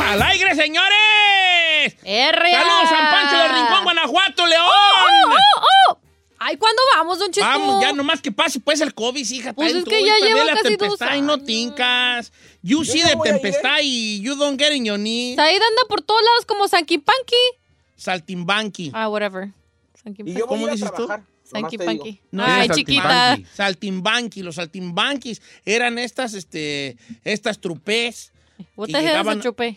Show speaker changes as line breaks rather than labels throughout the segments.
¡Al aire, señores!
¡Erra!
¡Saludos, San Pancho del Rincón, Guanajuato, León!
¡Oh, oh, oh! Ay, ¿cuándo vamos, don Cheto?
Vamos, ya nomás que pase pues el COVID, hija.
Pues
traen
es
tú,
que ya
también
lleva
la
casi dos
tempestad y no
años.
tincas. You see the tempestad y you don't get in your knee.
Said anda por todos lados como Sanky Panky.
Saltimbanqui.
Ah, whatever. Sanky Panky.
¿Cómo dices tú?
Sanky Panky.
No
Ay,
digas
chiquita.
saltimbanqui. Saltimbanqui. Los saltimbanquis eran estas, este, estas trupés.
What
Y
the hell
llegaban-
is a chupe?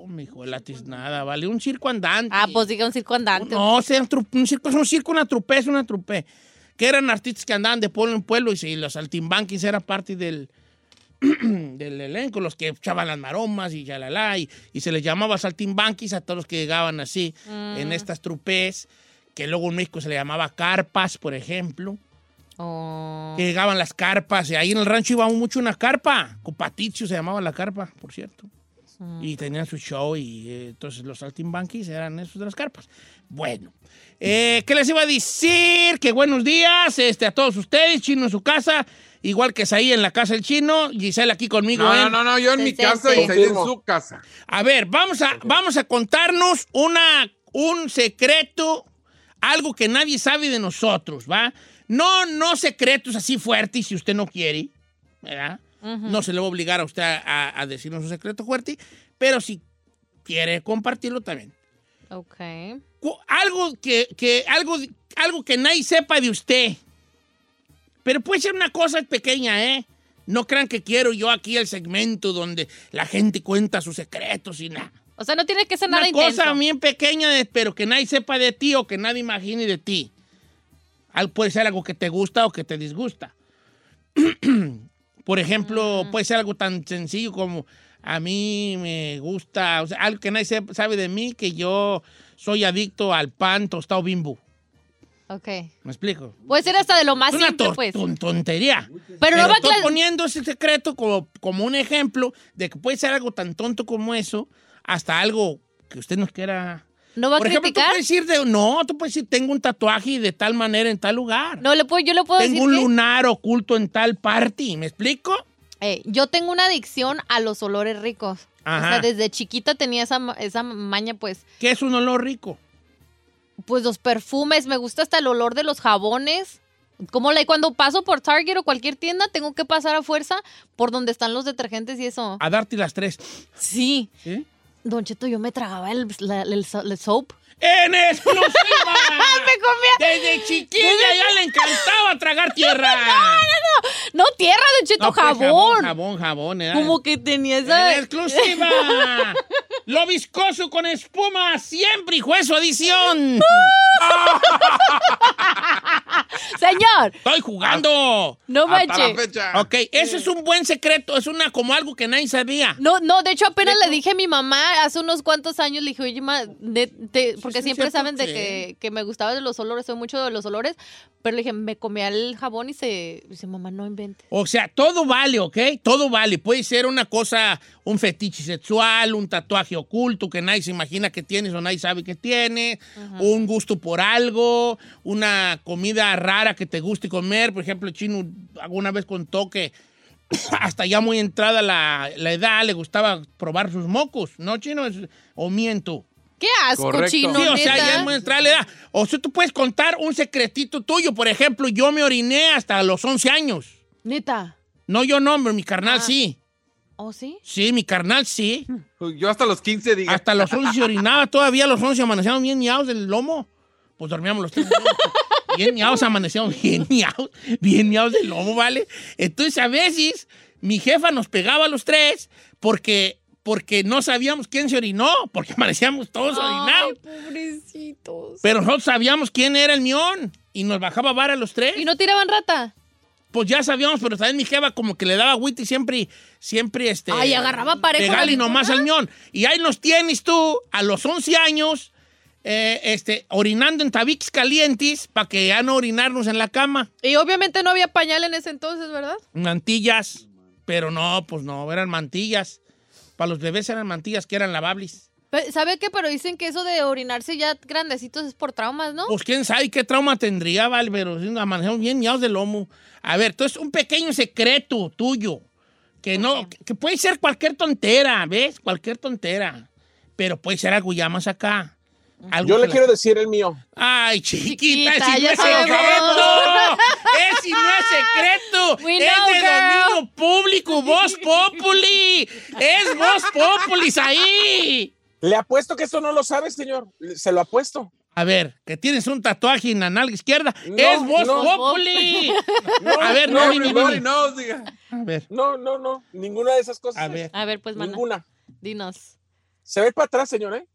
Oh, mijo, la tiznada, vale. Un circo andante.
Ah, pues diga un circo andante.
No, sea un, tru- un circo, es un circo, una trupe, es una trupe. Que eran artistas que andaban de pueblo en pueblo y, si los saltimbanquis eran parte del, del elenco, los que echaban las maromas y yalala, y, y se les llamaba saltimbanquis a todos los que llegaban así en estas trupes, que luego en México se le llamaba carpas, por ejemplo.
Oh.
Que llegaban las carpas, y ahí en el rancho iba mucho una carpa. Cupaticio se llamaba la carpa, por cierto. Y tenían su show, y eh, entonces los saltimbanquis eran esos de las carpas. Bueno, eh, ¿qué les iba a decir? Que buenos días este, a todos ustedes, chino en su casa, igual que ahí en la casa del chino, Giselle aquí conmigo. ¿eh?
No,
en-
no, no, no, yo en mi
Sí, sí,
casa
sí.
y Said en su casa.
A ver, vamos a, vamos a contarnos una, un secreto, algo que nadie sabe de nosotros, ¿va? No, no secretos así fuertes si usted no quiere, ¿verdad? No se le va a obligar a usted a, a- a decirnos un secreto fuerte, pero si quiere compartirlo también.
Ok.
Cu- Algo que, que- algo, algo que nadie sepa de usted. Pero puede ser una cosa pequeña, ¿eh? No crean que quiero yo aquí el segmento donde la gente cuenta sus secretos y nada
O sea, no tiene que ser
una
nada intenso.
cosa bien pequeña, de- pero que nadie sepa de ti o que nadie imagine de ti. Al- Puede ser algo que te gusta o que te disgusta. Por ejemplo,
Mm.
puede ser algo tan sencillo como a mí me gusta, o sea, algo que nadie sep- sabe de mí, que yo soy adicto al pan tostado bimbo.
Ok.
¿Me explico?
Puede ser hasta de lo más
Es una
simple,
tor-
pues.
ton- tontería.
Pero no va a
estoy
clas-
poniendo ese secreto como, como un ejemplo de que puede ser algo tan tonto como eso, hasta algo que usted nos quiera
¿No va a
por ejemplo, tú
criticar?
puedes decir de, no, tú puedes decir, tengo un tatuaje de tal manera en tal lugar.
No, le puedo, yo le puedo
tengo
decir
un
que-
lunar oculto en tal party, ¿me explico?
Eh, yo tengo una adicción a los olores ricos.
Ajá.
O sea, desde chiquita tenía esa, ma- esa maña, pues.
Que es un olor rico.
Pues los perfumes, me gusta hasta el olor de los jabones. Como la, cuando paso por Target o cualquier tienda, tengo que pasar a fuerza por donde están los detergentes y eso.
A darte las tres.
Sí.
¿sí?
Don Cheto, yo me tragaba el, la- el so- el soap.
¡En exclusiva!
Me comía-
Desde chiquilla ya le encantaba tragar tierra.
No, tierra, Don Cheto,
No, pues,
jabón.
Jabón, jabón, era-
Como que tenía esa...
¡En exclusiva! Lo viscoso con espuma, siempre y juez su adición.
Señor,
¡Estoy jugando!
no
Hasta la
manche.
fecha.
Ok, eso es un buen secreto, es una como algo que nadie sabía.
No, no, de hecho apenas le dije a mi mamá hace unos cuantos años, le dije, oye, ma, ne- te- porque
es
siempre
cierto
saben de
que-
que, que me gustaba de los olores, soy mucho de los olores, pero le dije, me comía el jabón y se dice, mamá, no invente.
O sea, todo vale, ¿ok? Todo vale. Puede ser una cosa, un fetiche sexual, un tatuaje oculto que nadie se imagina que tienes o nadie sabe que tienes, un gusto por algo, una comida rara que te guste comer. Por ejemplo, el Chino alguna vez contó que hasta ya muy entrada la, la edad le gustaba probar sus mocos, ¿no, Chino? Es- O miento.
Qué asco,
Correcto.
chino,
Sí, o sea,
neta.
ya es muy entrada la edad. O sea, tú puedes contar un secretito tuyo. Por ejemplo, yo me oriné hasta los 11 años.
Neta.
No, yo no, pero mi carnal sí.
¿Oh, sí?
Sí, mi carnal sí.
pues,
Yo hasta los 15 digo.
Hasta los 11 se orinaba, todavía los 11 amanecíamos bien miados del lomo. Pues dormíamos los tres. Bien miados amanecíamos, bien miados, bien miados del lomo, ¿vale? Entonces a veces mi jefa nos pegaba a los tres porque, porque no sabíamos quién se orinó, porque amanecíamos todos
Ay,
orinados.
pobrecitos.
Pero nosotros sabíamos quién era el mión y nos bajaba vara a los tres.
¿Y no tiraban rata?
Pues ya sabíamos, pero también mi jeva como que le daba agüita y siempre, siempre este...
Ay, agarraba parejo la
Legal y nomás
viejona.
al mión. Y ahí nos tienes tú, a los 11 años, eh, este, orinando en tabiques calientes para que ya no orinarnos en la cama.
Y obviamente no había pañal en ese entonces, ¿verdad?
Mantillas. Pero no, pues no, eran mantillas. Para los bebés eran mantillas que eran lavables.
Pe- ¿Sabe qué? Pero dicen que eso de orinarse ya grandecitos es por traumas, ¿no?
Pues quién sabe qué trauma tendría, Val, pero sí, amanecemos bien miados de lomo. A ver, entonces un pequeño secreto tuyo, que no, que puede ser cualquier tontera, ¿ves? Cualquier tontera, pero puede ser algo ya más acá. Algo
Yo
que
le
la-
quiero decir el mío.
Ay, chiquita,
Chiquita,
ese no
ya
es
sabemos.
secreto. Ese no es secreto.
We
es
know,
de
girl.
dominio público, Voz Populi. Es Voz Populi ahí.
Le apuesto que esto no lo sabe, señor. Se lo apuesto.
A ver, que tienes un tatuaje en la nalga izquierda.
No,
es Voz
no.
Populi. A ver, no, ni, ni, ni.
no, diga.
A ver,
No, no, no. Ninguna de esas cosas.
a
es.
ver.
A ver, pues, mana,
Ninguna.
dinos.
Se ve para atrás, señor, ¿eh?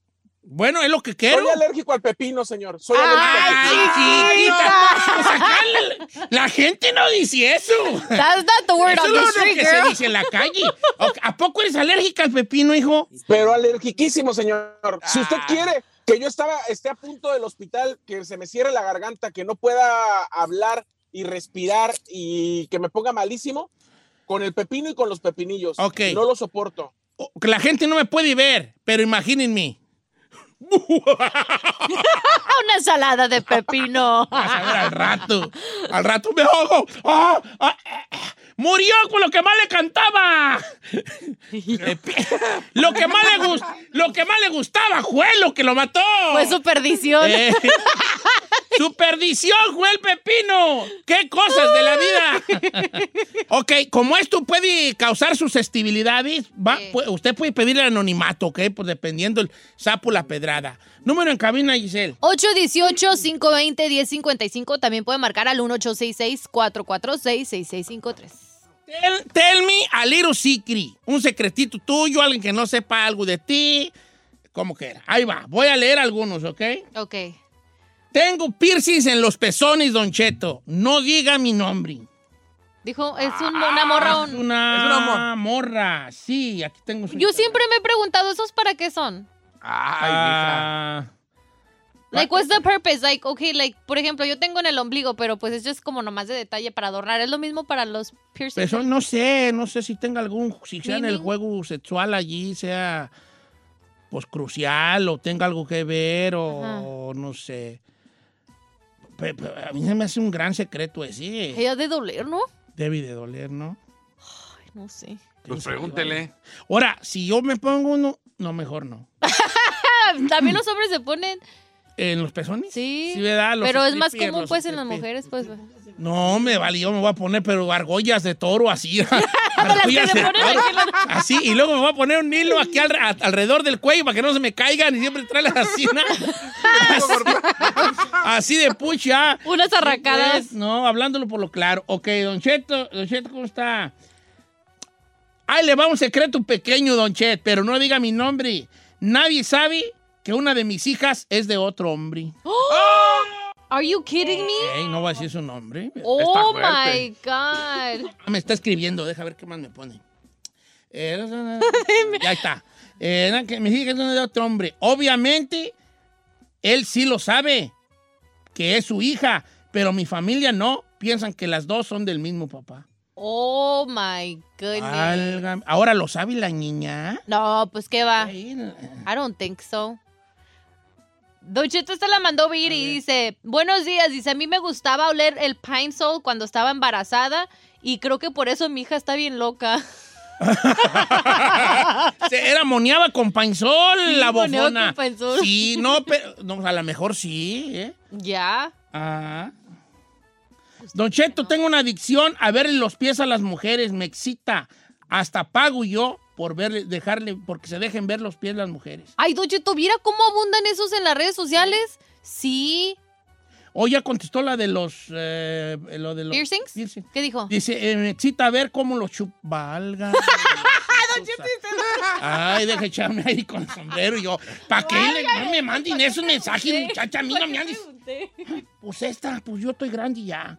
Bueno, es lo que quiero.
Soy alérgico al pepino, señor. Soy alérgico al
Ay,
pepino.
chiquita. Pues acá la- la gente no dice eso.
That's not the word
Eso
on
no
the
es lo
street,
que se
girl.
dice en la calle. ¿O- ¿A poco eres alérgica al pepino, hijo?
Pero alergiquísimo, señor. Si usted
Ah.
quiere que yo estaba, esté a punto del hospital, que se me cierre la garganta, que no pueda hablar y respirar y que me ponga malísimo, con el pepino y con los pepinillos.
Ok.
No lo soporto.
O- que La gente no me puede ver, pero imagínenme.
Una ensalada de pepino.
Vas a ver al rato. Al rato me ahogo. ¡Ah! ¡Ah! ¡Ah! Murió con lo que más le cantaba. Eh, lo que más le gus- lo que más le gustaba fue lo que lo mató.
Fue su perdición.
Eh, su perdición fue el pepino. ¡Qué cosas de la vida! ok, como esto puede causar susceptibilidades, va-
Sí.
pu- usted puede pedirle anonimato, ¿ok? Pues dependiendo el sapo la pedrada. Número en cabina, Giselle.
818-520-1055. También puede marcar al 1866-446-6653.
Tell, tell me a little secret. Un secretito tuyo, alguien que no sepa algo de ti. Como quiera. Ahí va. Voy a leer algunos, ¿ok?
Ok.
Tengo piercings en los pezones, Don Cheto. No diga mi nombre.
Dijo, es un,
Ah,
una morra.
Es
un-
una,
Es una mor-
morra. Sí, aquí tengo su
Yo
Instagram.
siempre me he preguntado, ¿esos para qué son?
Ah,
Like, what's the purpose? Like, okay, like, por ejemplo, yo tengo en el ombligo, pero pues es just como nomás de detalle para adornar. Es lo mismo para los piercings.
pezón, no sé, no sé si tenga algún, si sea en el
Meaning.
juego sexual allí, sea pues crucial o tenga algo que ver o no sé. Pe- pe- a mí se me hace un gran secreto ese.
Ella de doler, ¿no?
Debe de doler, ¿no?
Ay, no sé.
Pues pregúntele.
Ahora, si yo me pongo uno, no, mejor no.
Ah, También los hombres se ponen.
¿En los pezones?
Sí.
¿verdad? Los
pero es más
strippers,
común,
los
pues, en las
strippers.
mujeres, pues.
No, me vale, yo me voy a poner, pero argollas de toro así.
Las que
argollas
le
de
ponen
toro.
aquí en la-
Así, y luego me voy a poner un hilo aquí al- a- alrededor del cuello para que no se me caigan y siempre trae las así, ¿no? así, así de pucha.
Unas arracadas.
Pues, no, hablándolo por lo claro. Ok, Don Cheto, Don Cheto, ¿cómo está? Ahí le va un secreto pequeño, Don Chet, pero no diga mi nombre. Nadie sabe que una de mis hijas es de otro hombre.
Are you kidding me?
Ey, no voy a decir su nombre.
Oh my
fuerte.
God.
Ah, Me está escribiendo, deja ver qué más me pone. Eh, no, no, no. ya está. Eh, no, que me diga que es de otro hombre. Obviamente, él sí lo sabe, que es su hija, pero mi familia no. Piensan que las dos son del mismo papá.
Oh my goodness.
Válgame. Ahora lo sabe la niña.
No, pues qué va.
Ay, no.
I don't think so. Don Cheto esta la mandó ver y dice, buenos días, dice, a mí me gustaba oler el Pine Sol cuando estaba embarazada y creo que por eso mi hija está bien loca.
Se- Era moneaba con panzol,
Sí,
la
moneaba
bofona.
con panzol.
Sí, no, pero no, a lo mejor sí, ¿eh?
Ya.
Ah. Don Cheto, tengo una adicción a ver los pies a las mujeres, me excita. Hasta pago yo por ver, dejarle, porque se dejen ver los pies las mujeres.
Ay, Don Cheto, mira cómo abundan esos en las redes sociales. Sí.
Hoy ya contestó la de los... eh, lo de los
¿Piercings?
piercings.
¿Qué dijo?
Dice, eh, me excita ver cómo los chup... Valga. Ay, deja echarme ahí con el sombrero y yo. ¿Para qué le- no me manden esos mensajes, muchacha? A mí no me andes. Pues esta, pues yo estoy grande y ya.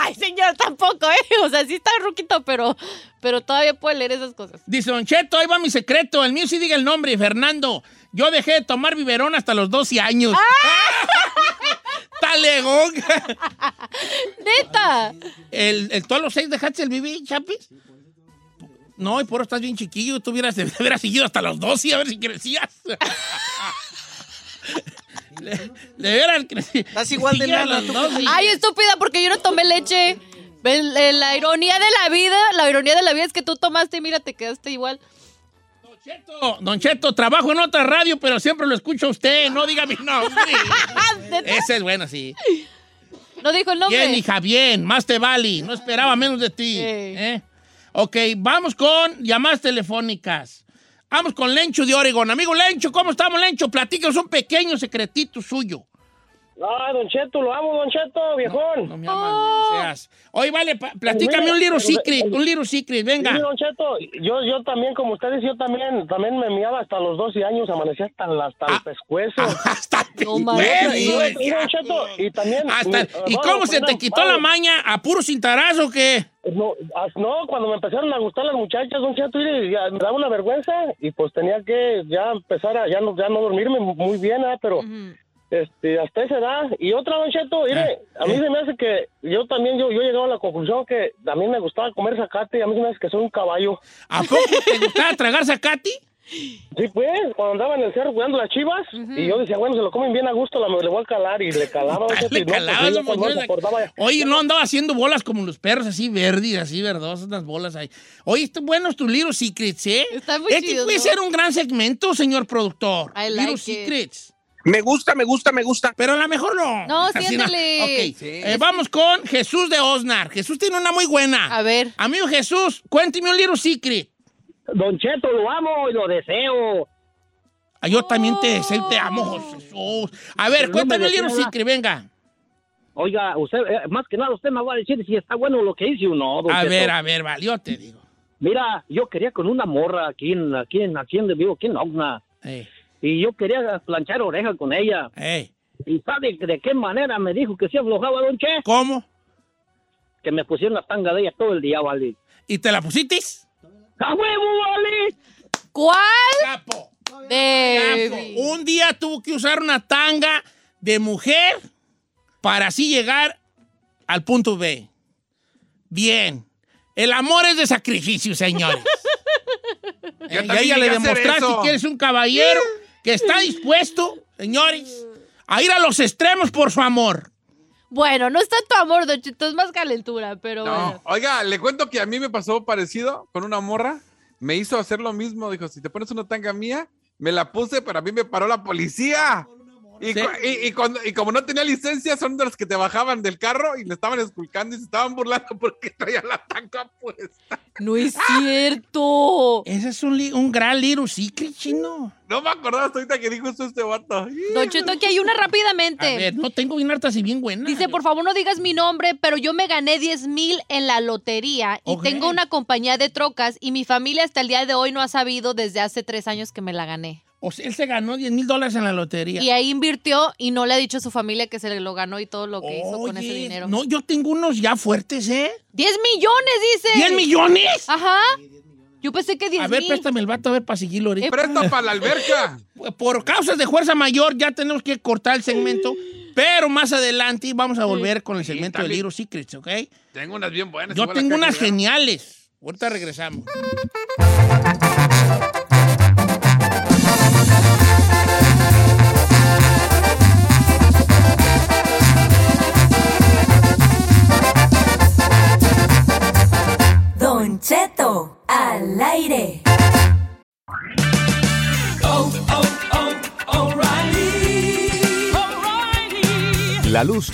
Ay, señor, tampoco, ¿eh? O sea, sí está ruquito, pero, pero todavía puede leer esas cosas.
Dice Don Cheto, ahí va mi secreto. El mío sí diga el nombre, Fernando. Yo dejé de tomar biberón hasta los 12 años. ¡Talegón!
¡Neta!
¿El, el, ¿Tú a los seis dejaste el bibi, Chapis? No, y por eso estás bien chiquillo. Tú hubieras, de- hubieras seguido hasta los 12 a ver si crecías. le, le hubieras crecido.
Estás igual de
Sigue a
nana,
los
tú.
12.
Ay, estúpida, porque yo no tomé leche. El- el- la ironía de la vida, la ironía de la vida es que tú tomaste y mira, te quedaste igual.
Don Cheto, Don Cheto, trabajo en otra radio, pero siempre lo escucho a usted. No diga mi nombre. Ese es bueno, sí.
Ah, No dijo el nombre.
Bien, hija, bien. Más te vale. No esperaba menos de ti.
Ey.
¿eh? Ok, vamos con llamadas telefónicas. Vamos con Lencho de Oregon. Amigo Lencho, ¿cómo estamos, Lencho? Platícanos un pequeño secretito suyo.
No, Don Cheto, lo amo, Don Cheto, viejón.
No me amas,
Oh.
ni deseas. Oye, vale, pa- platícame un
eh,
little secret, un little secret, venga.
Sí, don Cheto, yo, yo también, como ustedes, yo también, también me miaba hasta los 12 años, amanecía hasta, la- hasta
Ah.
el pescuezo.
Hasta te-
No manches.
güey,
Y,
güey.
y, don Cheto, y también... pues,
Hasta-
mi-
¿Y
bueno,
cómo se
bueno,
te quitó la
bueno,
maña? ¿A puro cintarazo o qué?
No, as- no, cuando me empezaron a gustar las muchachas, Don Cheto, y ya me daba una vergüenza y pues tenía que ya empezar a ya no, ya no dormirme muy bien, ah, pero...
Ujú.
Este, hasta esa edad. Y otra, Don Cheto, mire,
Ah,
a mí
eh.
se me hace que yo también, yo, yo he llegado a la conclusión que a mí me gustaba comer zacate y a mí se me hace que soy un caballo.
¿A poco te gustaba tragarse a Katy?
Sí, pues, cuando andaba en el cerro cuidando las chivas, y yo decía, bueno, se lo comen bien a gusto, la, le voy a calar, y le calaba. Don Cheto,
Le
y no, pues,
calabas
sí,
los
cuando
montones
me
de-
acordaba, ya-
Oye, no andaba haciendo bolas como los perros, así verdes, así verdosas, las bolas ahí. Oye, están buenos tus Little Secrets, ¿eh?
Están muy
este
chidos,
puede
¿no?
ser un gran segmento, señor productor.
I
little
like it.
Secrets.
Me gusta, me gusta, me gusta.
Pero a lo mejor no.
No,
Así
siéndele.
Ok.
Sí.
Eh, vamos con Jesús de Osnar. Jesús tiene una muy buena.
A ver.
Amigo Jesús, cuénteme un Little Secret.
Don Cheto, lo amo y lo deseo.
Ah, Yo también te
Oh.
deseo, te amo, José Jesús. A ver,
Pero no
cuéntame
me
un Little
defienda.
Secret, venga.
Oiga, usted, eh, más que nada, usted me va a decir si está bueno lo que hice o no, Don
A
Cheto.
ver, a ver, vale, yo te digo.
Mira, yo quería con una morra aquí en, aquí en, aquí en, vivo, aquí en Ogna,
Ey,
y yo quería planchar oreja con ella.
ey,
¿Y sabe de qué manera me dijo que se aflojaba, don Che?
¿Cómo?
Que me pusieron la tanga de ella todo el día, vale.
¿Y te la pusiste?
¡A huevo, vale!
¿Cuál?
Capo. Capo.
Baby.
Un día tuvo que usar una tanga de mujer para así llegar al punto B. Bien. El amor es de sacrificio, señores. Eh, y a
también
ella le
llegué a hacer
demostraste
eso.
que eres un caballero que está dispuesto, señores, a ir a los extremos por su amor.
Bueno, no es tanto amor, Don Cheto, es más calentura, pero
No,
bueno.
oiga, le cuento que a mí me pasó parecido con una morra. Me hizo hacer lo mismo. Dijo, si te pones una tanga mía, me la puse, pero a mí me paró la policía. Y,
Sí.
cu- y- y cuando- y como no tenía licencia, son de los que te bajaban del carro y le estaban esculcando y se estaban burlando porque traía la tanga puesta.
No es cierto.
Ese es un, li- un gran little secret, chino.
No me acordaba hasta ahorita que dijo esto este vato.
Don Cheto, aquí hay una
A
rápidamente.
ver, no tengo bien hartas y bien buenas.
Dice, por favor no digas mi nombre, pero yo me gané 10 mil en la lotería y
Ok.
tengo una compañía de trocas y mi familia hasta el día de hoy no ha sabido desde hace tres años que me la gané.
O sea, él se ganó 10 mil dólares en la lotería.
Y ahí invirtió y no le ha dicho a su familia que se lo ganó y todo lo que hizo con
Oye,
ese dinero.
No, yo tengo unos ya fuertes, ¿eh?
10 millones, dice.
¿10 millones?
Ajá. Yo pensé que 10
A ver,
Ah, mil. Eh.
préstame el vato, a ver, para seguirlo ahorita.
Presta para la alberca.
Por causas de fuerza mayor, ya tenemos que cortar el segmento. Pero más adelante vamos a volver con el segmento de
también.
Little Secrets, ¿ok?
Tengo unas bien buenas.
Yo
igual
tengo
acá,
unas
que-
geniales. Ahorita regresamos.
Don Cheto, al aire.
¿La luz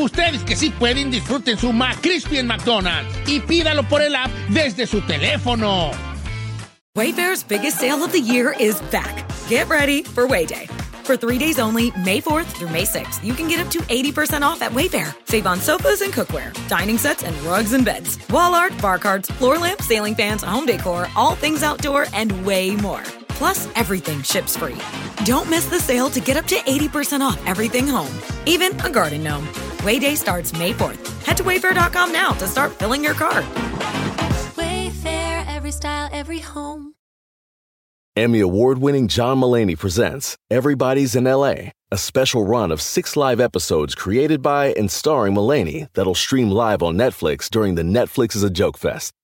Ustedes que sí pueden, disfruten su McCrispy en McDonald's y pídalo por el app desde su teléfono.
Wayfair's biggest sale of the year is back. Get ready for Wayday. For three days only, May 4th through May 6th, you can get up to 80% off at Wayfair. Save on sofas and cookware, dining sets and rugs and beds, wall art, bar cards, floor lamps, sailing fans, home decor, all things outdoor, and way more. Plus, everything ships free. Don't miss the sale to get up to 80% off everything home, even a garden gnome. Wayday starts May 4th. Head to wayfair.com now to start filling your cart.
Wayfair, every style, every home.
Emmy award winning John Mullaney presents Everybody's in LA, a special run of six live episodes created by and starring Mullaney that'll stream live on Netflix during the Netflix is a Joke Fest.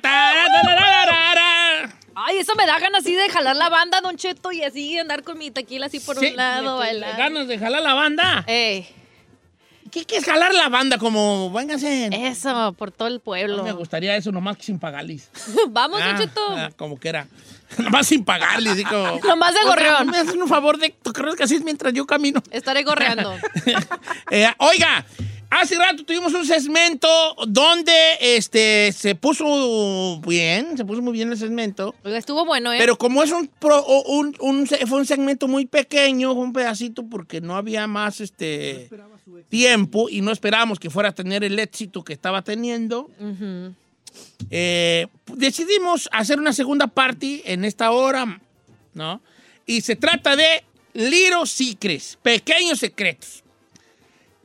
Tararararara.
Ay, eso me da ganas así de jalar la banda, Don Cheto, y así andar con mi tequila así por
Sí,
un lado,
me- me-
bailar.
Ganas de jalar la banda.
Ey,
¿Qué, qué es jalar la banda? Como, vénganse.
Eh, eso, por todo el
No
pueblo.
me gustaría eso, nomás que sin pagarles.
Vamos,
Ah,
Don Cheto.
ah, como que era. Nomás sin pagarles, así como.
Nomás de
Oiga,
gorreón.
Me hacen un favor de tocar las es mientras yo camino.
Estaré gorreando.
Eh, oiga, hace rato tuvimos un segmento donde este, se puso bien, se puso muy bien el segmento.
Oiga, estuvo bueno, ¿eh?
Pero como es un, pro- o- un, un se- fue un segmento muy pequeño, fue un pedacito porque no había más este tiempo y no esperábamos que fuera a tener el éxito que estaba teniendo.
Ujú.
Eh, decidimos hacer una segunda party en esta hora, ¿no? Y se trata de Little Secrets, pequeños secretos.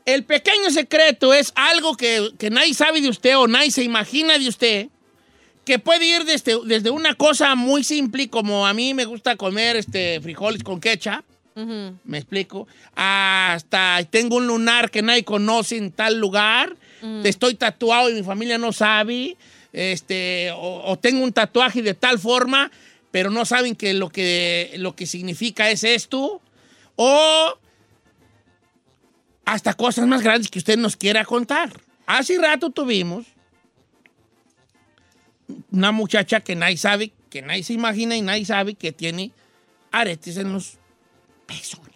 El pequeño secreto es algo que, que nadie sabe de usted o nadie se imagina de usted, que puede ir desde, desde una cosa muy simple, como a mí me gusta comer este, frijoles con ketchup,
Ujú.
me explico, hasta tengo un lunar que nadie conoce en tal lugar, estoy tatuado y mi familia no sabe, este, o, o tengo un tatuaje de tal forma, pero no saben que lo que, lo que significa es esto, o hasta cosas más grandes que usted nos quiera contar. Hace rato tuvimos una muchacha que nadie sabe, que nadie se imagina y nadie sabe que tiene aretes en los pezones.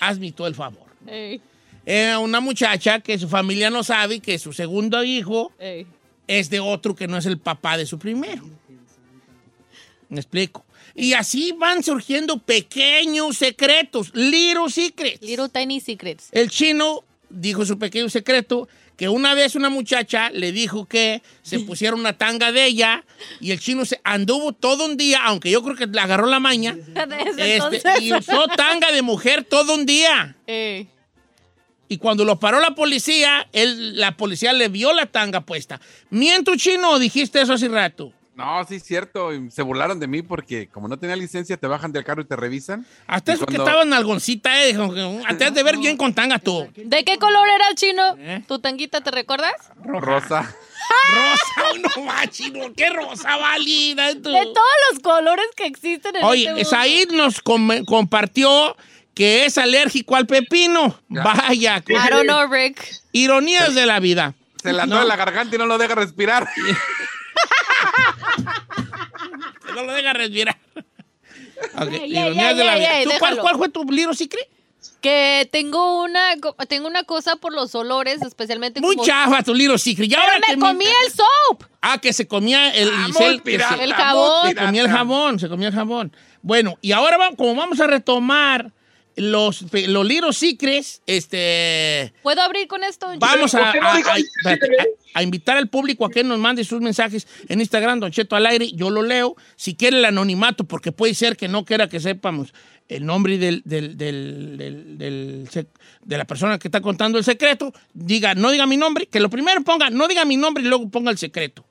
Hazme todo el favor.
Ey,
Era una muchacha que su familia no sabe que su segundo hijo
ey.
es de otro que no es el papá de su primero. Me explico. Y así van surgiendo pequeños secretos, little secrets.
Little Tiny Secrets.
El chino dijo su pequeño secreto, que una vez una muchacha le dijo que se pusiera una tanga de ella y el chino se anduvo todo un día, aunque yo creo que le agarró la maña,
Desde
este,
entonces.
y usó tanga de mujer todo un día.
Ey.
Y cuando lo paró la policía, él, la policía le vio la tanga puesta. ¿Miento chino o dijiste eso hace rato?
No, sí, cierto. y Se burlaron de mí porque como no tenía licencia, te bajan del carro y te revisan.
Hasta eso que estaban algoncita, eh. Antes de ver bien con tanga tú.
¿De qué color era el chino?
¿Eh?
¿Tu tanguita te recuerdas?
Rosa.
Rosa, no va, chino. Qué rosa válida. De
De todos los colores que existen en este
Oye,
mundo.
Said nos com- compartió que es alérgico al pepino. Vaya.
I don't know, Rick.
Ironías de la vida.
Se la atora la garganta y no lo deja respirar.
No lo deja respirar. Ok,
Ey, ey,
ironías
ey,
de la
ey,
vida.
ey,
¿Tú cuál,
déjalo.
cuál fue tu libro, Sicri?
Que tengo una, co- tengo una cosa por los olores, especialmente
Muy
como-
chafa tu libro, Sicri. Ya ahora
Pero
que
me comí el soap.
Ah, que se comía el
Ah,
Giselle,
muy
que
pirata,
se-
El jabón. muy
Se comía el
pirata.
jabón, se comía el jabón. Bueno, y ahora vamos, como vamos a retomar los, pe- los libros secrets, este,
¿Puedo abrir con esto?
vamos a,
¿Por qué no
a-
dijo
a- espérate, a- a invitar al público a que nos mande sus mensajes en Instagram, Don Cheto al aire. Yo lo leo. Si quiere el anonimato, porque puede ser que no quiera que sepamos el nombre del, del- del- del- del sec- de la persona que está contando el secreto. Diga, no diga mi nombre, que lo primero ponga, no diga mi nombre y luego ponga el secreto.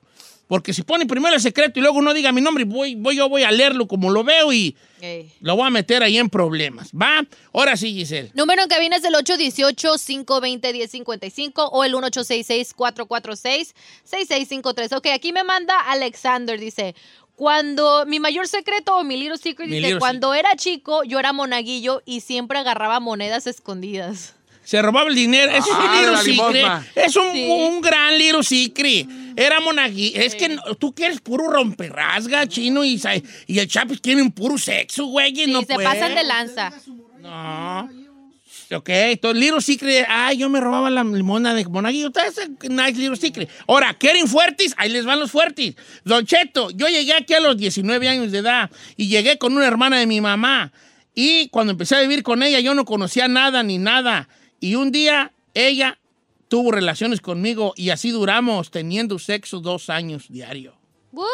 Porque si pone primero el secreto y luego no diga mi nombre, voy, voy, yo voy a leerlo como lo veo y
Ey.
lo voy a meter ahí en problemas. ¿Va? Ahora sí, Giselle.
Número en cabina es el 818-520-1055 o el 1866-446-6653. Ok, aquí me manda Alexander, dice... Cuando mi mayor secreto o mi little secret
Mi
dice,
little
cuando era chico yo era monaguillo y siempre agarraba monedas escondidas.
Se robaba el dinero. Eso es un
Ah, de
little
la limosna.
secret. Es un, un gran little secret. Era monagui. Es que no- tú quieres puro romperrasga, chino, y, sa- y el chapis quieren puro sexo, güey. y no
y se
puede.
pasan de lanza.
No. Ok, entonces Little Secret, ah, yo me robaba la limona de Monaguillo. Ustedes, eh, nice Little Secret. Ahora, ¿quieren fuertes? Ahí les van los fuertes. Don Cheto, yo llegué aquí a los 19 años de edad y llegué con una hermana de mi mamá. Y cuando empecé a vivir con ella, yo no conocía nada ni nada. Y un día ella tuvo relaciones conmigo y así duramos teniendo sexo dos años diario.
What?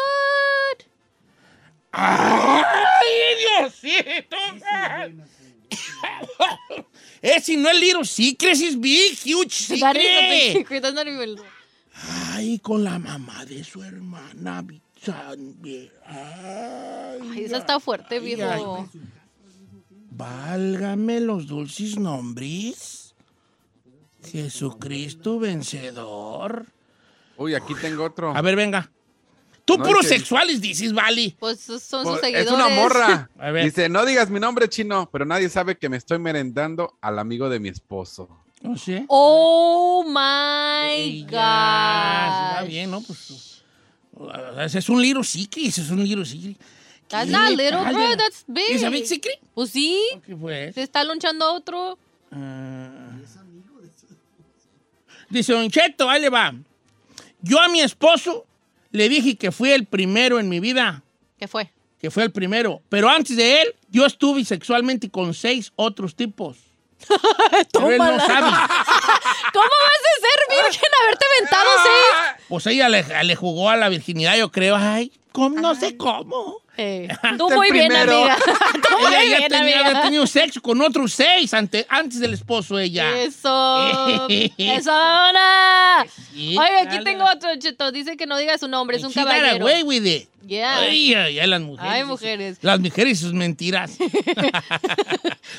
¡Ay, Diosito! Ese Eh, no es Little Secret, ese es Big Huge
That is a big
Secret.
secret. That's not even-
Ay, con la mamá de su hermana, mi sangre. Ay,
Ay, esa está fuerte, viejo.
Válgame los dulces nombres. Jesucristo vencedor.
Uy, aquí tengo otro.
A ver, venga. Tú
No,
puro
es que-
sexuales dices, Vali.
Pues son sus
Por-
seguidores.
Es una morra.
A ver.
Dice, no digas mi nombre chino, pero nadie sabe que me estoy merendando al amigo de mi esposo.
No sé.
Oh my
Ah, sí, va
god.
bien, ¿no? Pues, uh, ese es un Little Secret, ese es un Little Secret.
That's
¿Qué
not little,
tal?
bro. That's big.
¿Es a big secret?
Pues sí.
¿Qué fue?
Se está lonchando a otro.
Ah. Dice Don Cheto, ahí le va. Yo a mi esposo le dije que fui el primero en mi vida,
¿Qué fue?
que fue el primero. Pero antes de él, yo estuve sexualmente con seis otros tipos. Pero él no
Tómala.
sabe.
¿Cómo vas a ser virgen haberte aventado seis?
Pues ella le, le jugó a la virginidad, yo creo. Ay, ¿cómo? no sé cómo.
Eh, tú
El
muy bien,
Este primero.
amiga. Tú muy
Ella ya
bien,
tenía, había
amiga.
tenido sexo con otros seis ante- antes del esposo ella.
Eso. Eso, Ana.
Sí,
Oye, aquí
dale.
tengo otro cheto. Dice que no diga su nombre, es un
She got
caballero.
away with it.
Yeah.
Ay, ay, ay, las mujeres.
Ay, mujeres.
Las mujeres y sus mentiras.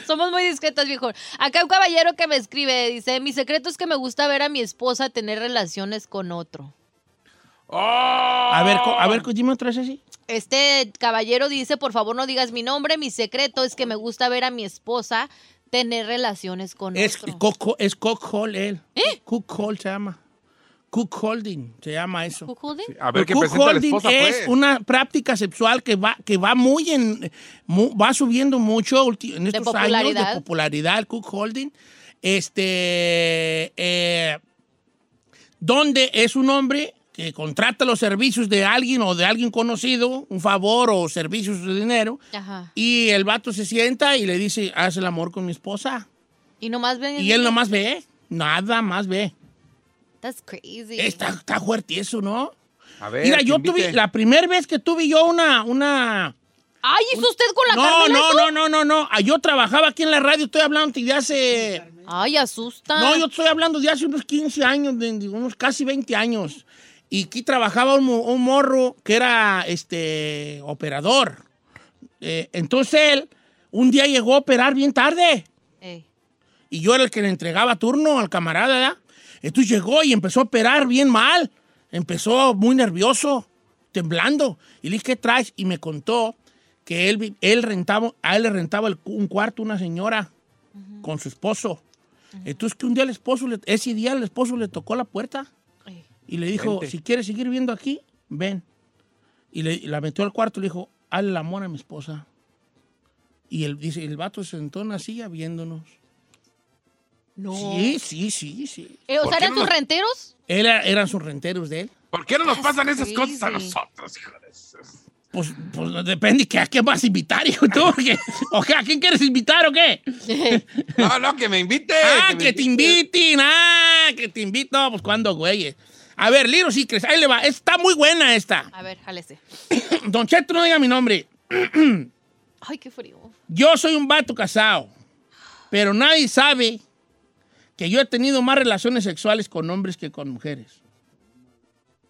Somos muy discretas, viejo. Acá un caballero que me escribe dice, mi secreto es que me gusta ver a mi esposa tener relaciones con otro.
A ver, co- a ver, co- dime otra vez así.
Este caballero dice, por favor no digas mi nombre, mi secreto es que me gusta ver a mi esposa tener relaciones con
Es
otro. ¿Eh?
Coco, es Cook Hall, él. Cook Hall se llama. Cook Holding se llama eso.
¿Cook holding?
A ver
El
qué
cook
presenta la
holding
esposa,
es
pues.
una práctica sexual que va, que va muy en, mu- va subiendo mucho ulti- en estos años de
popularidad.
popularidad el cook holding, este, eh, donde es un hombre que contrata los servicios de alguien o de alguien conocido, un favor o servicios de dinero,
Ajá.
y el vato se sienta y le dice, haz el amor con mi esposa.
Y nomás ven...
Y él nomás ve, nada más ve.
That's crazy.
Está, está fuerte eso, ¿no?
A ver,
Mira,
que
yo
invite.
tuve, la primera vez que tuve yo una, una...
Ay, ¿hizo usted con la
No,
Carmela
no,
eso?
no, no, no, no. Ah, Yo trabajaba aquí en la radio, estoy hablando de hace...
Ay, asusta.
No, yo estoy hablando de hace unos 15 años, de, de unos casi 20 años. Y aquí trabajaba un, mo- un morro que era este operador. Eh, entonces él un día llegó a operar bien tarde.
Ey.
Y yo era el que le entregaba turno al camarada, ¿verdad? Entonces llegó y empezó a operar bien mal. Empezó muy nervioso, temblando. Y le dije, ¿qué traes? Y me contó que él, vi- él rentaba, a él le rentaba el cu- un cuarto una señora con su esposo. Entonces que un día el esposo, le- ese día el esposo le tocó la puerta y le dijo,
Vente.
si quieres seguir viendo aquí, ven. Y le, y la metió al cuarto y le dijo, hazle el amor a mi esposa. Y él dice, el vato se sentó en una silla viéndonos.
No.
Sí, sí, sí, sí.
Eh, o
¿Por
sea,
qué
¿eran
no
sus
nos-
renteros?
Él era- eran sus renteros de él.
¿Por qué no nos pasan esas
crazy.
cosas a nosotros, hijo de eso?
Pues, pues depende, que ¿a qué vas a invitar, hijo? ¿Tú? Porque- o sea, ¿a quién quieres invitar o qué?
No, no, que me invite.
Ah,
me
que te inviten, ah, que te invito. No, pues cuando, güey. A ver, Liro Secrets, ahí le va. Está muy buena esta.
A ver, jálese.
Don Cheto, no diga mi nombre.
Ay, qué frío.
Yo soy un vato casado, pero nadie sabe que yo he tenido más relaciones sexuales con hombres que con mujeres.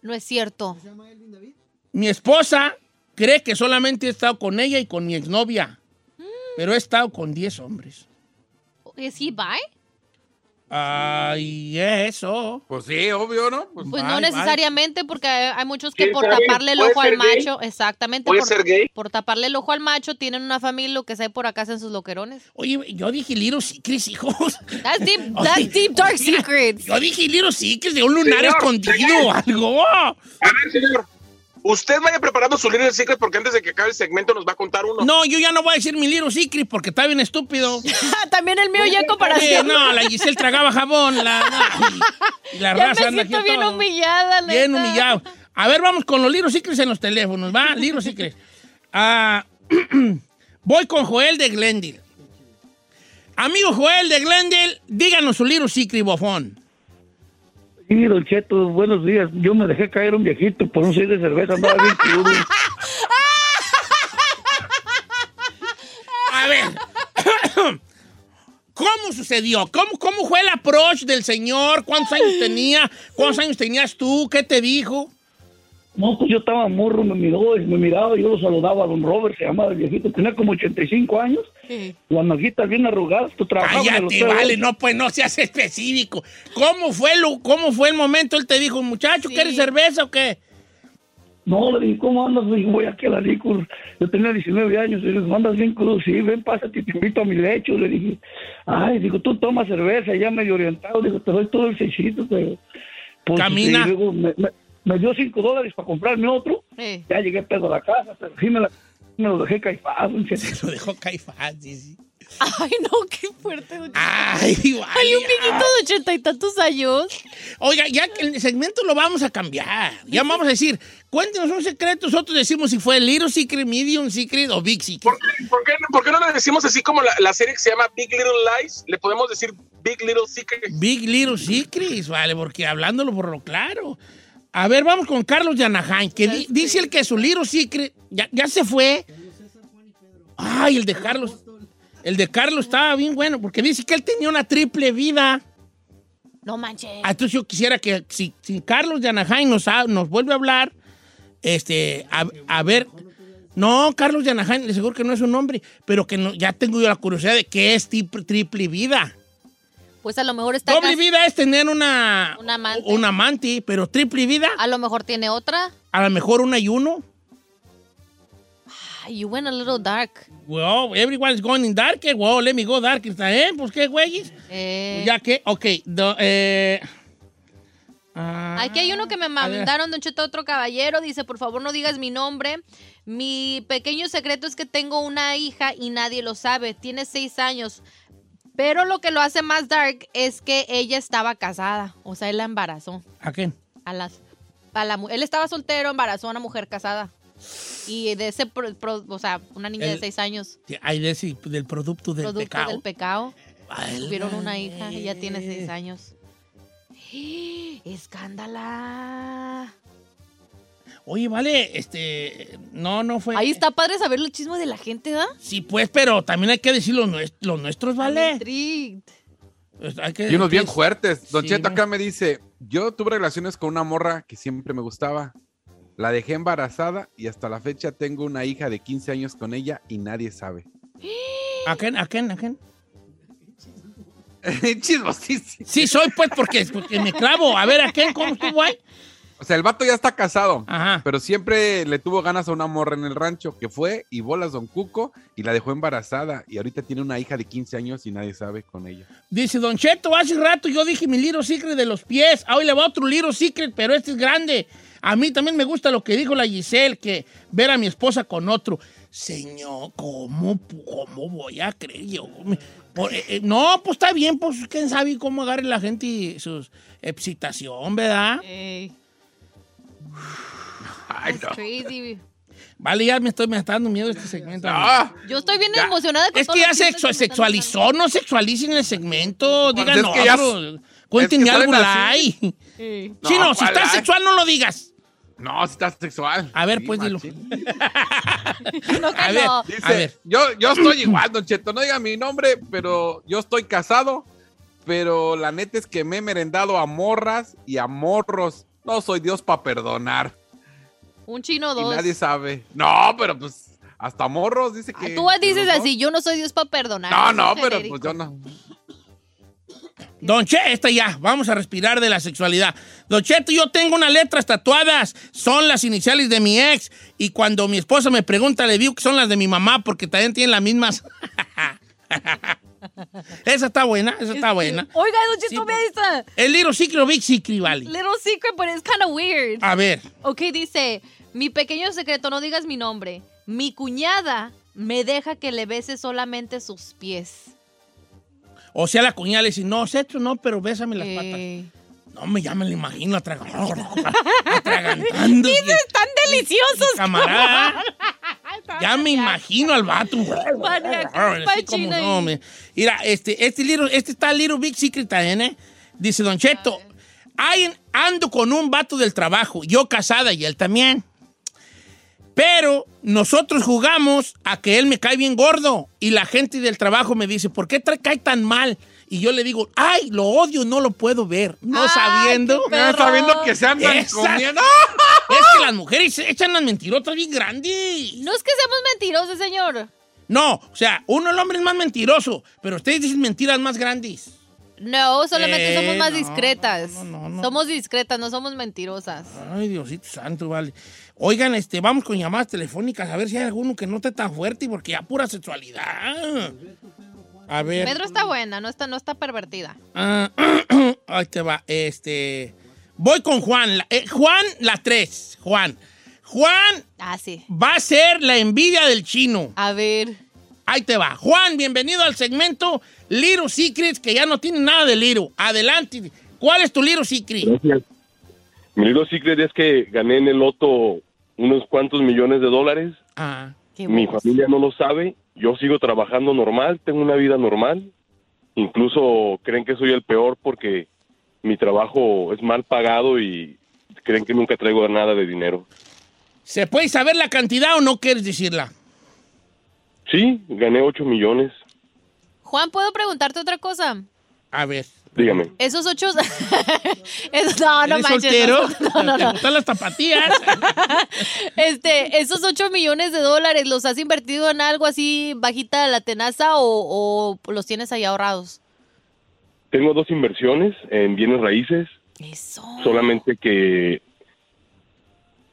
No es cierto.
Mi esposa cree que solamente he estado con ella y con mi exnovia, pero he estado con 10 hombres.
¿Es he bi?
Ay, eso.
Pues sí, obvio, ¿no? Pues,
Pues
Bye,
no
bye.
necesariamente, porque hay hay muchos que
Sí,
por
está bien.
taparle el
Puede
ojo al
ser gay.
macho, exactamente.
Puede
por,
ser gay.
Por taparle el ojo al macho, tienen una familia, lo que sea, y por acá hacen sus loquerones.
Oye, yo dije Little Secrets, hijos.
That's deep,
Oye,
that's deep dark
oiga,
secrets.
Yo dije Little Secrets de un lunar
Señor,
escondido
señor.
o algo.
A ver, señor. Usted vaya preparando su Little Secret porque antes de que acabe el segmento nos va a contar uno.
No, yo ya no voy a decir mi Little Secret porque está bien estúpido.
También el mío ya en
Eh,
comparación.
no, la Giselle tragaba jabón. La, y la
ya me
raza anda aquí
siento bien
todo.
humillada, la
Bien
neta.
humillado. A ver, vamos con los Little Secrets en los teléfonos, ¿va? Little Secrets. Ah, voy con Joel de Glendale. Amigo Joel de Glendale, díganos su Little Secret, bofón.
Sí, Don Cheto, buenos días. Yo me dejé caer un viejito por un seis de cerveza, andaba bien crudo.
A ver. ¿Cómo sucedió? ¿Cómo, ¿Cómo fue el approach del señor? ¿Cuántos años tenía? ¿Cuántos años tenías tú? ¿Qué te dijo?
No, pues yo estaba morro, me miró, y me miraba, yo lo saludaba a Don Robert, se llamaba el viejito, tenía como 85 años, las nalguitas bien arrugadas, tú trabajabas en el
Cállate,
hotel.
vale, no, pues no seas específico. ¿Cómo fue, lo, cómo fue el momento? Él te dijo, muchacho,
Sí.
¿quieres cerveza o qué?
No, le dije, ¿cómo andas? Le dije, voy aquí a la licor. Yo tenía 19 años, y le dije, andas bien crudo, sí, ven, pásate, te invito a mi lecho. Le dije, ay, digo, tú tomas cerveza, ya medio orientado, digo, te doy todo el seisito, pero... pues,
Camina.
y luego me, me- me dio 5 dólares para comprarme otro,
Eh,
ya llegué pedo a la casa, pero sí me, la, me lo dejé caifado. un chet-
Lo dejó Caifás, sí, sí.
Ay, no, qué fuerte. don Cheto.
Ay, vale.
Hay un viejito de ochenta y tantos años.
Oiga, ya que el segmento lo vamos a cambiar. Ya vamos a decir, cuéntenos un secreto. Nosotros decimos si fue Little Secret, Medium Secret o Big Secret.
¿Por, qué- por qué, por qué no le decimos así como la, la serie que se llama Big Little Lies? Le podemos decir Big Little Secret.
Big Little Secrets, vale, porque hablándolo por lo claro. A ver, vamos con Carlos de Anaheim, que di- dice el que su Little Secret ya, ya se fue. Ay, el de Carlos. El de Carlos estaba bien bueno, porque dice que él tenía una triple vida.
No manches.
Ah, Entonces yo quisiera que si, si Carlos de Anaheim nos, ha- nos vuelve a hablar, este, a, a ver. No, Carlos de Anaheim, de seguro que no es un nombre, pero que no- ya tengo yo la curiosidad de qué es tip- triple vida.
Pues a lo mejor está
Doble
cas-
vida es tener una,
Un amante. Ah.
un amante, pero triple vida,
A lo mejor tiene otra.
a lo mejor una y uno.
Ay, you went a little dark.
Wow, everyone's going in dark. eh, Wow, let me go dark. está, ¿Eh? Pues qué güeyes.
Eh,
Ya que, ok. do- eh, ah,
Aquí hay uno que me
a ver.
mandaron de un cheto otro caballero. Dice, por favor, no digas mi nombre. Mi pequeño secreto es que tengo una hija y nadie lo sabe. Tiene seis años. Pero lo que lo hace más dark es que ella estaba casada. O sea, él la embarazó.
¿A quién?
A las, a la, mu- él estaba soltero, embarazó a una mujer casada. Y de ese, pro- pro- o sea, una niña
El-
de seis años,
Ay, de ese- del producto del
producto
pecado.
del pecado,
Válgame.
tuvieron
Ah,
una hija y ya tiene seis
eh.
años. ¡Eh! ¡Escándala!
Oye, vale, este. No, no fue.
Ahí está padre saber los chismes de la gente, ¿da?
Sí, pues, pero también hay que decir los, nues- los nuestros,
I'm
vale.
intrigued.
Pues hay que-
Y unos bien
piensa-
fuertes. Don
Sí,
Cheto
¿no?
acá me dice, yo tuve relaciones con una morra que siempre me gustaba. La dejé embarazada y hasta la fecha tengo una hija de 15 años con ella y nadie sabe.
¿A quién? ¿A quién? ¿A quién?
Chismosísimo.
Sí, soy pues porque, porque me clavo. A ver, ¿a quién? ¿Cómo estuvo ahí?
O sea, el vato ya está casado,
Ajá.
pero siempre le tuvo ganas a una morra en el rancho que fue y bolas Don Cuco y la dejó embarazada y ahorita tiene una hija de 15 años y nadie sabe con ella.
Dice Don Cheto, hace rato yo dije mi Little Secret de los pies. Ah, Hoy le va otro Little Secret, pero este es grande. A mí también me gusta lo que dijo la Giselle, que ver a mi esposa con otro. Señor, ¿cómo, pu- cómo voy a creer yo? Me- por- eh, eh, no, pues está bien, pues quién sabe cómo agarre la gente y su excitación, ¿verdad?
Ey,
Ay,
Eh, that's crazy.
Vale, ya me estoy me está dando miedo este segmento.
¡Ah!
Yo estoy bien
Ya.
emocionada con
Es
todo
que
lo
ya se
ustedes me
sexu-
están
sexualizó, no sexualicen el segmento.
Pues
Digan
es que ya
otro. Cuéntenme
es que
algo
salen así.
like.
contando. Ey.
No,
sí, no, si
¿cuál
está
like?
sexual, no lo digas.
No, si está sexual.
A ver,
Sí,
pues dilo.
machín.
No, que
a ver,
no.
Dice,
a ver.
Yo, yo estoy igual, Don Cheto. No diga mi nombre, pero yo estoy casado. Pero la neta es que me he merendado a morras y a morros. No soy Dios para perdonar.
Un chino
Y
dos.
nadie sabe. No, pero pues hasta morros dice
Ah,
que.
Tú dices
los dos.
así, yo no soy Dios para perdonar.
No,
eso
no,
es
pero
genérico.
pues yo no.
Don Che, esta ya, vamos a respirar de la sexualidad. Don Cheto, yo tengo unas letras tatuadas, son las iniciales de mi ex. Y cuando mi esposa me pregunta, le digo que son las de mi mamá, porque también tienen las mismas. esa está buena, esa está buena.
Oiga, don
Sí,
Cheto,
por-
vea esta.
El Little Secret o Big Secret, vale.
Little secret, but it's kind of weird.
A ver,
Ok, dice, mi pequeño secreto, no digas mi nombre. Mi cuñada me deja que le bese solamente sus pies.
o sea, la cuñada le dice, no, sexo no, pero bésame las
Eh,
patas. No, me ya me lo imagino atragan- atragantando.
Tan deliciosos.
Camarada. Ya me
imagino.
imagino al vato.
Maniaco,
Así como
pachino
no,
ahí.
me- Mira, este, este, little- este está Little Big Secret también, ¿eh? Dice Don Cheto, "Ay, ando con un vato del trabajo, yo casada y él también. Pero nosotros jugamos a que él me cae bien gordo y la gente del trabajo me dice, ¿por qué te cae tan mal? Y yo le digo, ay, lo odio, no lo puedo ver, no
Ay,
sabiendo.
qué perro.
No, sabiendo que se andan
Esa-
comiendo.
Es que las mujeres echan unas mentirotas bien grandes.
No es que seamos mentirosos, señor.
No, o sea, uno el hombre es más mentiroso, pero ustedes dicen mentiras más grandes.
No, solamente
Eh,
somos más
no,
discretas.
no, no, no.
Somos discretas, no somos mentirosas.
Ay, Diosito santo, vale. Oigan, este, vamos con llamadas telefónicas a ver si hay alguno que no esté tan fuerte porque ya pura sexualidad. A ver.
Pedro está buena, no está, no está pervertida.
ah, ahí te va. Este. Voy con Juan. la- eh, Juan, la 3. Juan. Juan
Ah, sí.
va a ser la envidia del chino.
A ver.
Ahí te va. Juan, bienvenido al segmento Little Secrets, que ya no tiene nada de Little. Adelante. ¿Cuál es tu Little Secret?
Mi little secret es que gané en el loto unos cuantos millones de dólares.
Ah.
Qué
Mi
bobos.
familia no lo sabe. Yo sigo trabajando normal, tengo una vida normal. Incluso creen que soy el peor porque mi trabajo es mal pagado y creen que nunca traigo nada de dinero.
¿Se puede saber la cantidad o no quieres decirla?
Sí, gané 8 millones.
Juan, ¿puedo preguntarte otra cosa?
A ver.
Dígame.
Esos ocho... Esos- No, Ah, no
¿Eres
manches.
soltero?
No, no,
¿Te
no.
gustan las zapatillas?
Este, esos ocho millones de dólares, ¿los has invertido en algo así bajita de la tenaza o, o los tienes ahí ahorrados?
Tengo dos inversiones en bienes raíces,
Eso.
solamente que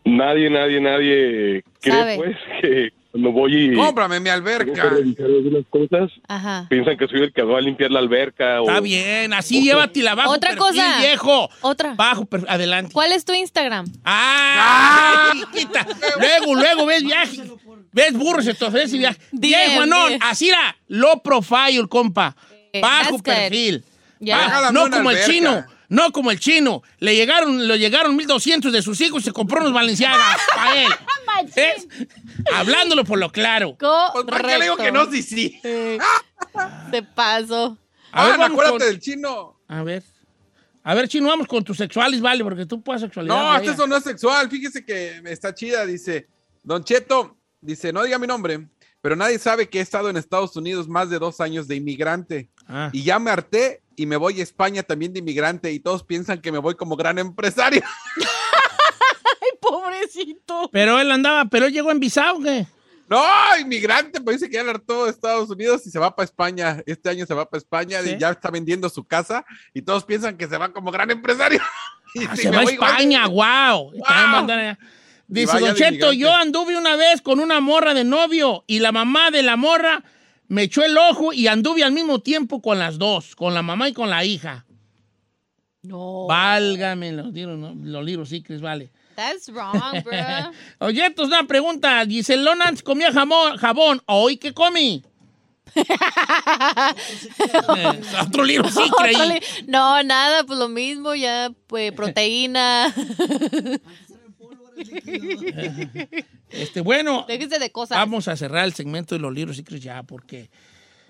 nadie, nadie, nadie cree
Sabe.
pues que cuando voy y
Cómprame mi
tengo que
alberca.
revisar algunas cosas,
Ajá.
piensan que soy el que va a limpiar la alberca o
Está bien, así llévatela bajo
Otra
perfil,
cosa.
viejo.
Otra.
Bajo perfil, adelante.
¿Cuál es tu Instagram?
¡Ah! chiquita! Luego, luego, ves viaje. Ves burros, entonces, y viaje.
Bien,
Viejo, no,
bien.
así era. Low profile, compa.
Eh,
Bajo
that's good.
perfil.
Ya.
Bajo-
Regálame
no
una
como el
alberca.
chino. No como el chino. Le llegaron, le llegaron 1200 de sus hijos y se compró unos valencianas para él. ¿Ves? Hablándolo por lo claro.
Pues,
Correcto.
¿Para qué le digo que no? Sí, ¡Ah! sí.
Te paso.
A ver,
Ah,
vamos
acuérdate
con-
del chino.
A ver. A ver, chino, vamos con tus sexuales, vale, porque tú puedes sexualidad.
No,
vaya.
hasta eso no es sexual. Fíjese que está chida. Dice, Don Cheto, dice, no diga mi nombre, pero nadie sabe que he estado en Estados Unidos más de dos años de inmigrante.
Ah.
y ya me harté y me voy a España también de inmigrante y todos piensan que me voy como gran empresario.
Ay, pobrecito.
Pero él andaba, pero él llegó en visado, ¿qué?
No, inmigrante, pues dice que ya le hartó de Estados Unidos y se va para España. Este año se va para España
Sí.
y ya está vendiendo su casa y todos piensan que se va como gran empresario. Y
Ah,
si
se
me
va a
voy igual de-
España, wow.
Y
Dice
vaya
Don
de
Cheto,
inmigrante.
yo anduve una vez con una morra de novio y la mamá de la morra me echó el ojo y anduve al mismo tiempo con las dos, con la mamá y con la hija.
No.
Válgame, los libros, ¿no? los libros sí, Chris, vale.
That's wrong, bro.
Oye, esto es una pregunta. Giselona antes comía jamón, jabón. ¿Hoy qué comí? Eh, Otro libro sí, creí.
Otro li- No, nada, pues lo mismo, ya, pues proteína.
Este, bueno,
Déjese de cosas.
Vamos a cerrar el segmento de los libros secretos ya, porque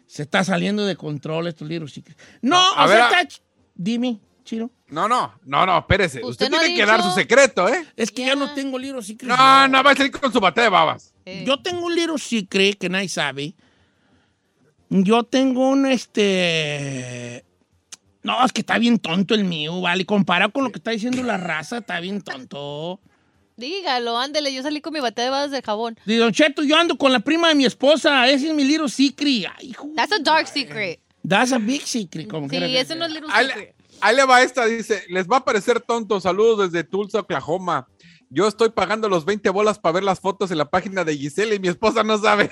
se está saliendo de control estos libros secretos. No, ah.
A
o
ver,
sea,
a-
está ch- Dime, Chiro.
No, no, no, no, espérese. Usted,
Usted no ha
tiene que
dicho-
dar su secreto, ¿eh?
Es que yo no tengo libros secretos.
No, no, va a salir con su bate de babas.
Yo tengo un libro secret que nadie sabe. Yo tengo un este. No, es que está bien tonto el mío, ¿vale? Comparado con lo que está diciendo la raza, está bien tonto.
Dígalo, ándele, yo salí con mi batea de babas de jabón.
Dice, Don Cheto, yo ando con la prima de mi esposa. Ese es mi libro secret. Ay, hijo.
That's a dark secret.
That's a big secret, como
Sí,
quiera que
eso no es little
Ahí
secret.
le, ahí le va esta, dice, les va a parecer tonto. Saludos desde Tulsa, Oklahoma. Yo estoy pagando los 20 bolas para ver las fotos en la página de Giselle y mi esposa no sabe.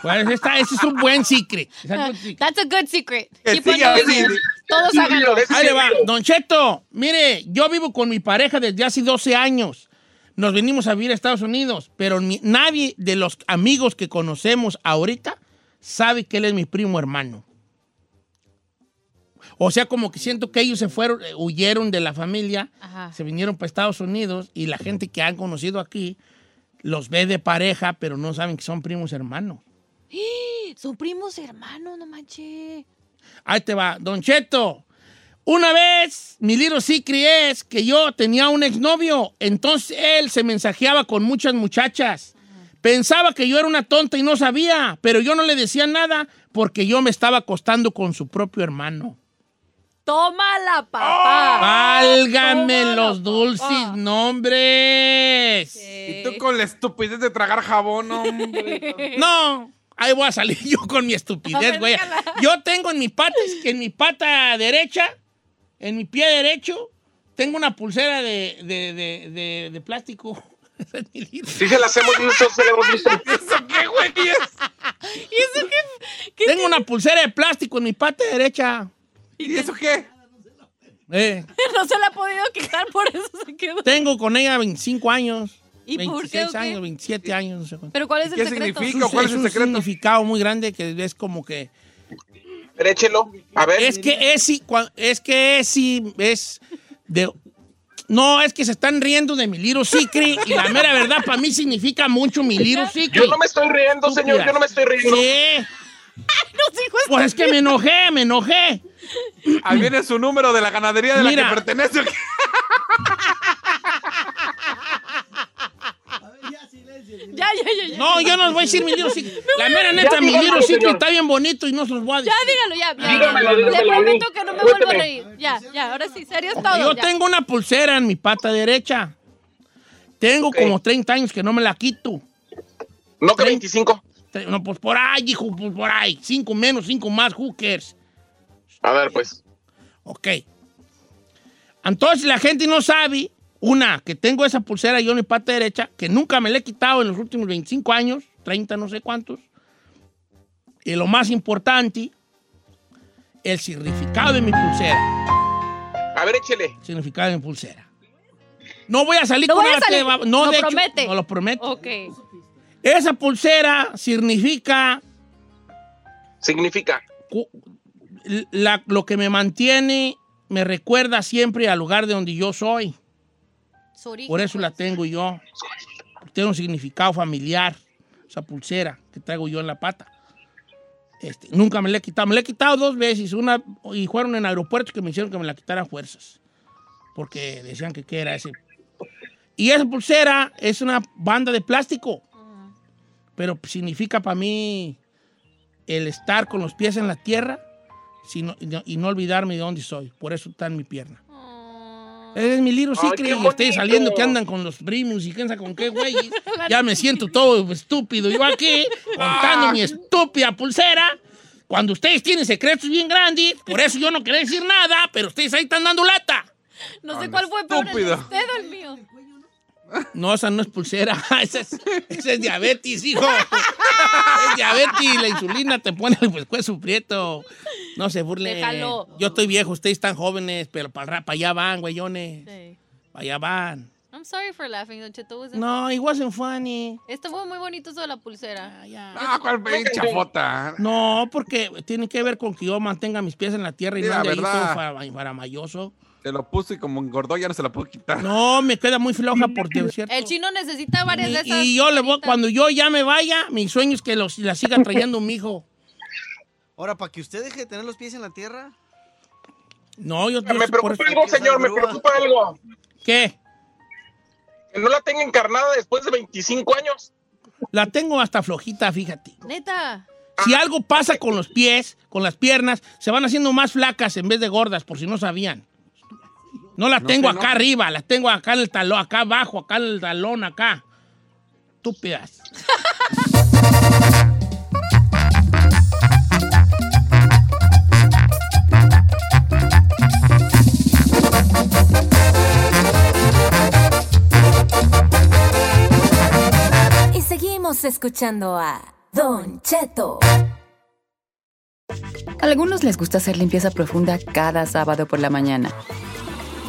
Pues esta, ese es un buen secret.
That's a good secret.
Que
Keep on
siga
doing
así.
it. Todos háganlo.
Ahí le va. Don Cheto, mire, yo vivo con mi pareja desde hace 12 años. Nos venimos a vivir a Estados Unidos, pero ni- nadie de los amigos que conocemos ahorita sabe que él es mi primo hermano. O sea, como que siento que ellos se fueron, eh, huyeron de la familia, se vinieron para Estados Unidos y la gente que han conocido aquí los ve de pareja, pero no saben que son primos hermanos.
Son primos hermanos, no manches.
Ahí te va, Don Cheto. Una vez, mi little secret es que yo tenía un exnovio, entonces él se mensajeaba con muchas muchachas. Pensaba que yo era una tonta y no sabía, pero yo no le decía nada porque yo me estaba acostando con su propio hermano.
Tómala, papá.
¡Válgame los dulces nombres!
Y tú con la estupidez de tragar jabón, hombre.
No, ahí voy a salir yo con mi estupidez, güey. Yo tengo en mi pata, en mi pata derecha, en mi pie derecho, tengo una pulsera de, de, de, de, de plástico.
Sí, se las hemos visto, se las hemos visto.
qué, güey?
tengo una pulsera de plástico en mi pata derecha.
¿Y eso qué?
Eh,
no se la ha podido quitar, por eso se quedó.
tengo con ella 25 años.
¿Y por
26
qué, o qué?
años, 27 años, no sé cuánto.
Pero ¿cuál es el secreto?
un- un significado muy grande que es como que...
Échelo, a ver.
Es que Esi, cua- es que Esi es de... No, es que se están riendo de mi Little Secret y la mera verdad para mí significa mucho mi Little Secret.
Yo no me estoy riendo, señor, yo no me estoy riendo.
Sí. Pues es que me enojé, me enojé.
Ahí viene su número de la ganadería de
Mira.
la que pertenece.
Ya, ya, ya, ya.
No, yo no les voy a decir mi Little Secret. La mera
Ya
neta, mi
dígalo,
Little Secret
señor.
está bien bonito y no se los voy a decir.
Ya, dígalo, ya. ya.
Dígamelo,
Le
dígamelo.
prometo que no me vuelvo a
Cuénteme.
reír. Ya, ya, ahora sí, serio es
Ok,
todo.
yo
ya.
tengo una pulsera en mi pata derecha. Tengo como 30 años que no me la quito.
No que 25.
No, pues por ahí, hijo, pues por ahí. Cinco menos, cinco más, who cares?
A ver, pues.
Ok. Entonces la gente no sabe, una, que tengo esa pulsera yo en mi pata derecha, que nunca me la he quitado en los últimos 25 años, 30, no sé cuántos. Y lo más importante, el significado de mi pulsera.
A ver, échele.
Significado de mi pulsera. No voy a salir con
voy a
una
salir.
bate de bab- No,
Lo
de hecho,
promete.
no lo prometo.
Ok.
Esa pulsera significa
Significa.
cu- la- lo que me mantiene, me recuerda siempre al lugar de donde yo soy.
Su origen. pues.
Por eso la tengo yo. Tiene un significado familiar, esa pulsera que traigo yo en la pata. Este, nunca me la he quitado. Me la he quitado dos veces. Una, y fueron en aeropuertos que me hicieron que me la quitaran fuerzas. Porque decían que qué era ese. Y esa pulsera es una banda de plástico. Pero significa para mí el estar con los pies en la tierra, sino- y no- y no olvidarme de dónde soy. Por eso está en mi pierna.
Oh.
Ese es mi libro
Ay,
secret
qué
y ustedes
bonito.
saliendo que andan con los primos y quién sabe con qué güeyes. ya me siento todo estúpido. Yo aquí contando mi estúpida pulsera. Cuando ustedes tienen secretos bien grandes, por eso yo no quería decir nada, pero ustedes ahí están dando lata.
No sé cuál fue peor, el de
estúpido.
usted o el mío.
No, esa no es pulsera. Esa es, esa es diabetes, hijo. es diabetes. La insulina te pone el pescuezo prieto. No se burle.
Déjalo.
Yo estoy viejo, ustedes están jóvenes, pero para, allá van, güeyones. Para allá van.
I'm sorry for laughing, Don Cheto. Was
No, it wasn't funny.
Esto fue muy bonito eso de la pulsera.
Ah, cuál
Yo-
pinche chafota.
No, porque tiene que ver con que yo mantenga mis pies en la tierra y
Sí,
no
la
ande ahí
verdad.
todo fa- faramayoso.
Se lo puso y como engordó ya no se la puedo quitar.
No, me queda muy floja, por Dios, ¿cierto?
El chino necesita varias de
Y,
esas.
y yo le voy, cuando yo ya me vaya, mi sueño es que los, la siga trayendo mi hijo.
Ahora, para que usted deje de tener los pies en la tierra,
No, yo
Me preocupa algo, señor, me preocupa algo.
¿Qué?
Que no la tenga encarnada después de 25 años.
La tengo hasta flojita, fíjate.
Neta.
Ah.
Si algo pasa con los pies, con las piernas, se van haciendo más flacas en vez de gordas, por si no sabían. No las
No
tengo
sé,
acá
no.
arriba, las tengo acá en el talón, acá abajo, acá en el talón, acá. Estúpidas.
Y seguimos escuchando a Don Cheto.
Algunos les gusta hacer limpieza profunda cada sábado por la mañana.